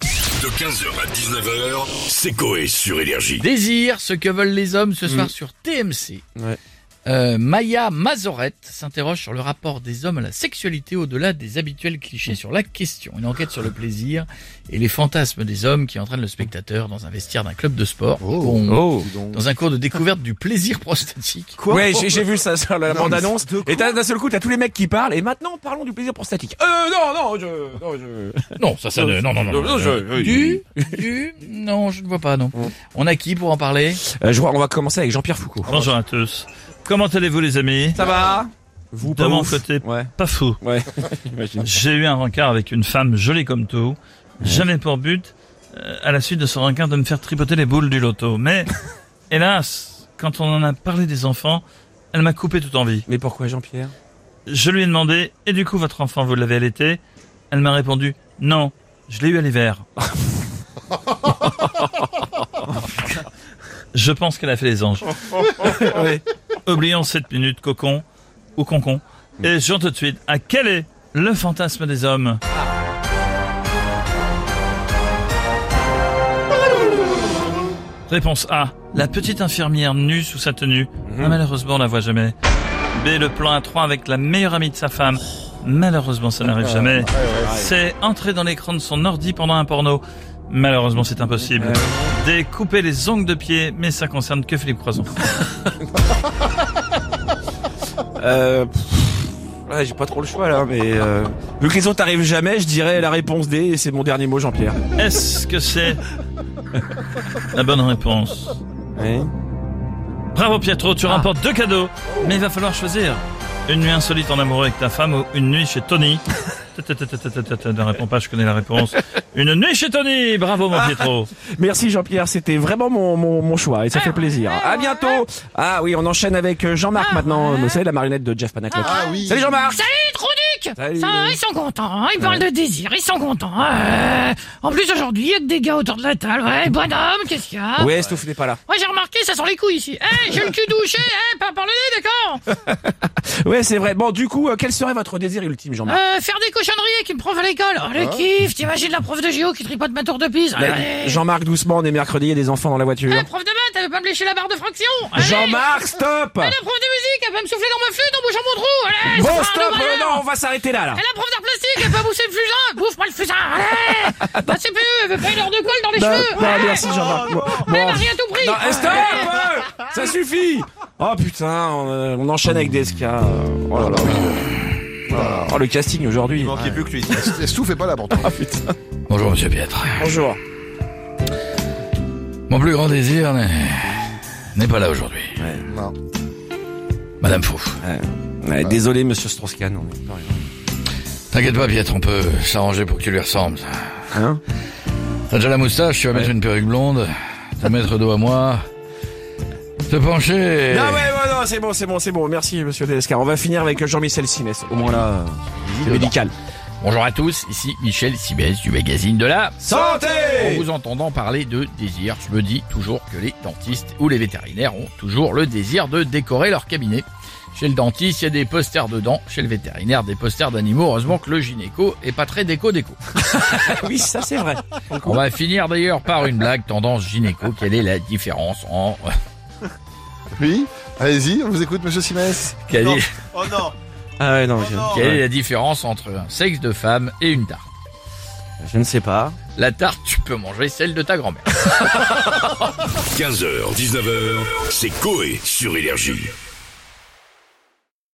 De 15h à 19h, c'est Coé sur Énergie. Désir, ce que veulent les hommes ce soir sur TMC. Mm. Ouais. Euh, Maya Mazorette s'interroge sur le rapport des hommes à la sexualité au-delà des habituels Mm. clichés sur la question. Une enquête sur le plaisir et les fantasmes des hommes qui entraînent le spectateur dans un vestiaire d'un club de sport. Bon, Oh Dans un cours de découverte du plaisir prostatique. Ouais, j'ai j'ai vu ça sur la bande-annonce. Et t'as- d'un seul coup, t'as tous les mecs qui parlent. Et maintenant, parlons du plaisir prostatique. Euh, non, non, je, non, je. Non, ça, ça, ne- non, non, non. non, Non, je- non. Du, du, non, je ne vois pas, non. Oh. On a qui pour en parler Euh, je vois, on va commencer avec Jean-Pierre Foucault. Bonjour à tous. Comment allez-vous les amis Ça va Vous De pas mon ouf côté. Ouais, Pas fou. ouais. J'imagine. J'ai eu un rencard avec une femme jolie comme tout, jamais pour but, euh, à la suite de son rencard de me faire tripoter les boules du loto. Mais, hélas, quand on en a parlé des enfants, elle m'a coupé toute envie. Mais pourquoi Jean-Pierre Je lui ai demandé, et du coup votre enfant, vous l'avez allaité Elle m'a répondu, non, je l'ai eu à l'hiver. je pense qu'elle a fait les anges. Ouais. Oublions cette minute, cocon ou concon. Et jouons tout de suite à quel est le fantasme des hommes Réponse A. La petite infirmière nue sous sa tenue. Ah, malheureusement, on la voit jamais. B. Le plan à 3 avec la meilleure amie de sa femme. Malheureusement, ça n'arrive jamais. C'est entrer dans l'écran de son ordi pendant un porno. Malheureusement, c'est impossible. D. Couper les ongles de pied, mais ça concerne que Philippe Croison. Euh. pff, Ouais, j'ai pas trop le choix là, mais euh... vu que les autres arrivent jamais, je dirais la réponse D. Et c'est mon dernier mot, Jean-Pierre. Est-ce que c'est la bonne réponse Ouais. Bravo Pietro, tu remportes deux cadeaux, mais il va falloir choisir. Une nuit insolite en amoureux avec ta femme ou une nuit chez Tony Tatatatatatatata, Ne réponds pas, je connais la réponse. Une nuit chez Tony Bravo mon Pietro Merci Jean-Pierre, c'était vraiment mon, mon, mon choix et ça fait plaisir. À bientôt. Ah oui, on enchaîne avec euh, Jean-Marc maintenant. Vous savez la marionnette de Jeff Panaclock. Ah oui. Salut Jean-Marc. Salut Tronic Salut. Ça, ils sont contents, hein, ils parlent de désir, ils sont contents. Euh, en plus aujourd'hui, il y a des gars autour de la table. Ouais, bonhomme, qu'est-ce qu'il y a Ouais, Stouff n'est pas là. Ouais, j'ai remarqué, ça sent les couilles ici. Eh, j'ai le cul douché, eh, pas par le nez, d'accord Ouais, c'est vrai. Bon, du coup, euh, quel serait votre désir ultime, Jean-Marc euh, Faire des cochonneries avec une prof à l'école. Oh, le Ah. kiff, t'imagines la prof de géo qui tripote ma tour de pise. Là, Ah, Allez. Ben, Jean-Marc, doucement, on est mercredi, il y a des enfants dans la voiture. Eh, prof de maths, elle veut pas me lécher la barre de fraction. Allez. Jean-Marc, stop Eh, La prof de musique, elle va me souffler dans ma flûte en bouchant mon trou. Allez, Bon, c'est pas un stop ouvrier. euh, Non, on va s'arrêter là, là. Et la prof d'art plastique, elle peut bousser le fusain Bouffe-moi le fusain Allez La CPU, elle veut pas une heure de colle dans les Non, cheveux non, Allez merci Jean-Marc. Bon, Elle bon. a rien tout pris Bah, Non, eh, stop euh, Ça suffit Oh putain, on, euh, on enchaîne avec des SK. euh, Oh là là. Oh là là. Oh, le casting aujourd'hui. Ouais. Ah Soufflez pas là pourtant. Ah putain. Bonjour Monsieur Pietro. Bonjour. Mon plus grand désir n'est- n'est pas là aujourd'hui. Non. Madame Fouf. Ouais, désolé, monsieur Strauss-Kahn. on est pas rien. T'inquiète pas Pietro, on peut s'arranger pour que tu lui ressembles. Hein T'as déjà la moustache, tu vas mettre une perruque blonde, te mettre dos à moi, te pencher. et- Non, ouais, ouais, non, c'est bon, c'est bon, c'est bon. Merci, monsieur DSK. On va finir avec Jean-Michel Sinès. Au moins là, euh, c'est médical. Bonjour à tous, ici Michel Sibès du magazine de la. Santé En vous entendant parler de désir, je me dis toujours que les dentistes ou les vétérinaires ont toujours le désir de décorer leur cabinet. Chez le dentiste, il y a des posters de dents. Chez le vétérinaire, des posters d'animaux. Heureusement que le gynéco est pas très déco-déco. Ah Oui, ça c'est vrai. On va finir d'ailleurs par une blague tendance gynéco. Quelle est la différence en... Oui Allez-y, on vous écoute, monsieur Simès. Quelle est, Ah ouais, non, je, quelle est la différence entre un sexe de femme et une tarte je ne sais pas. La tarte, tu peux manger celle de ta grand-mère. 15h, 19h, c'est Coé sur Énergie.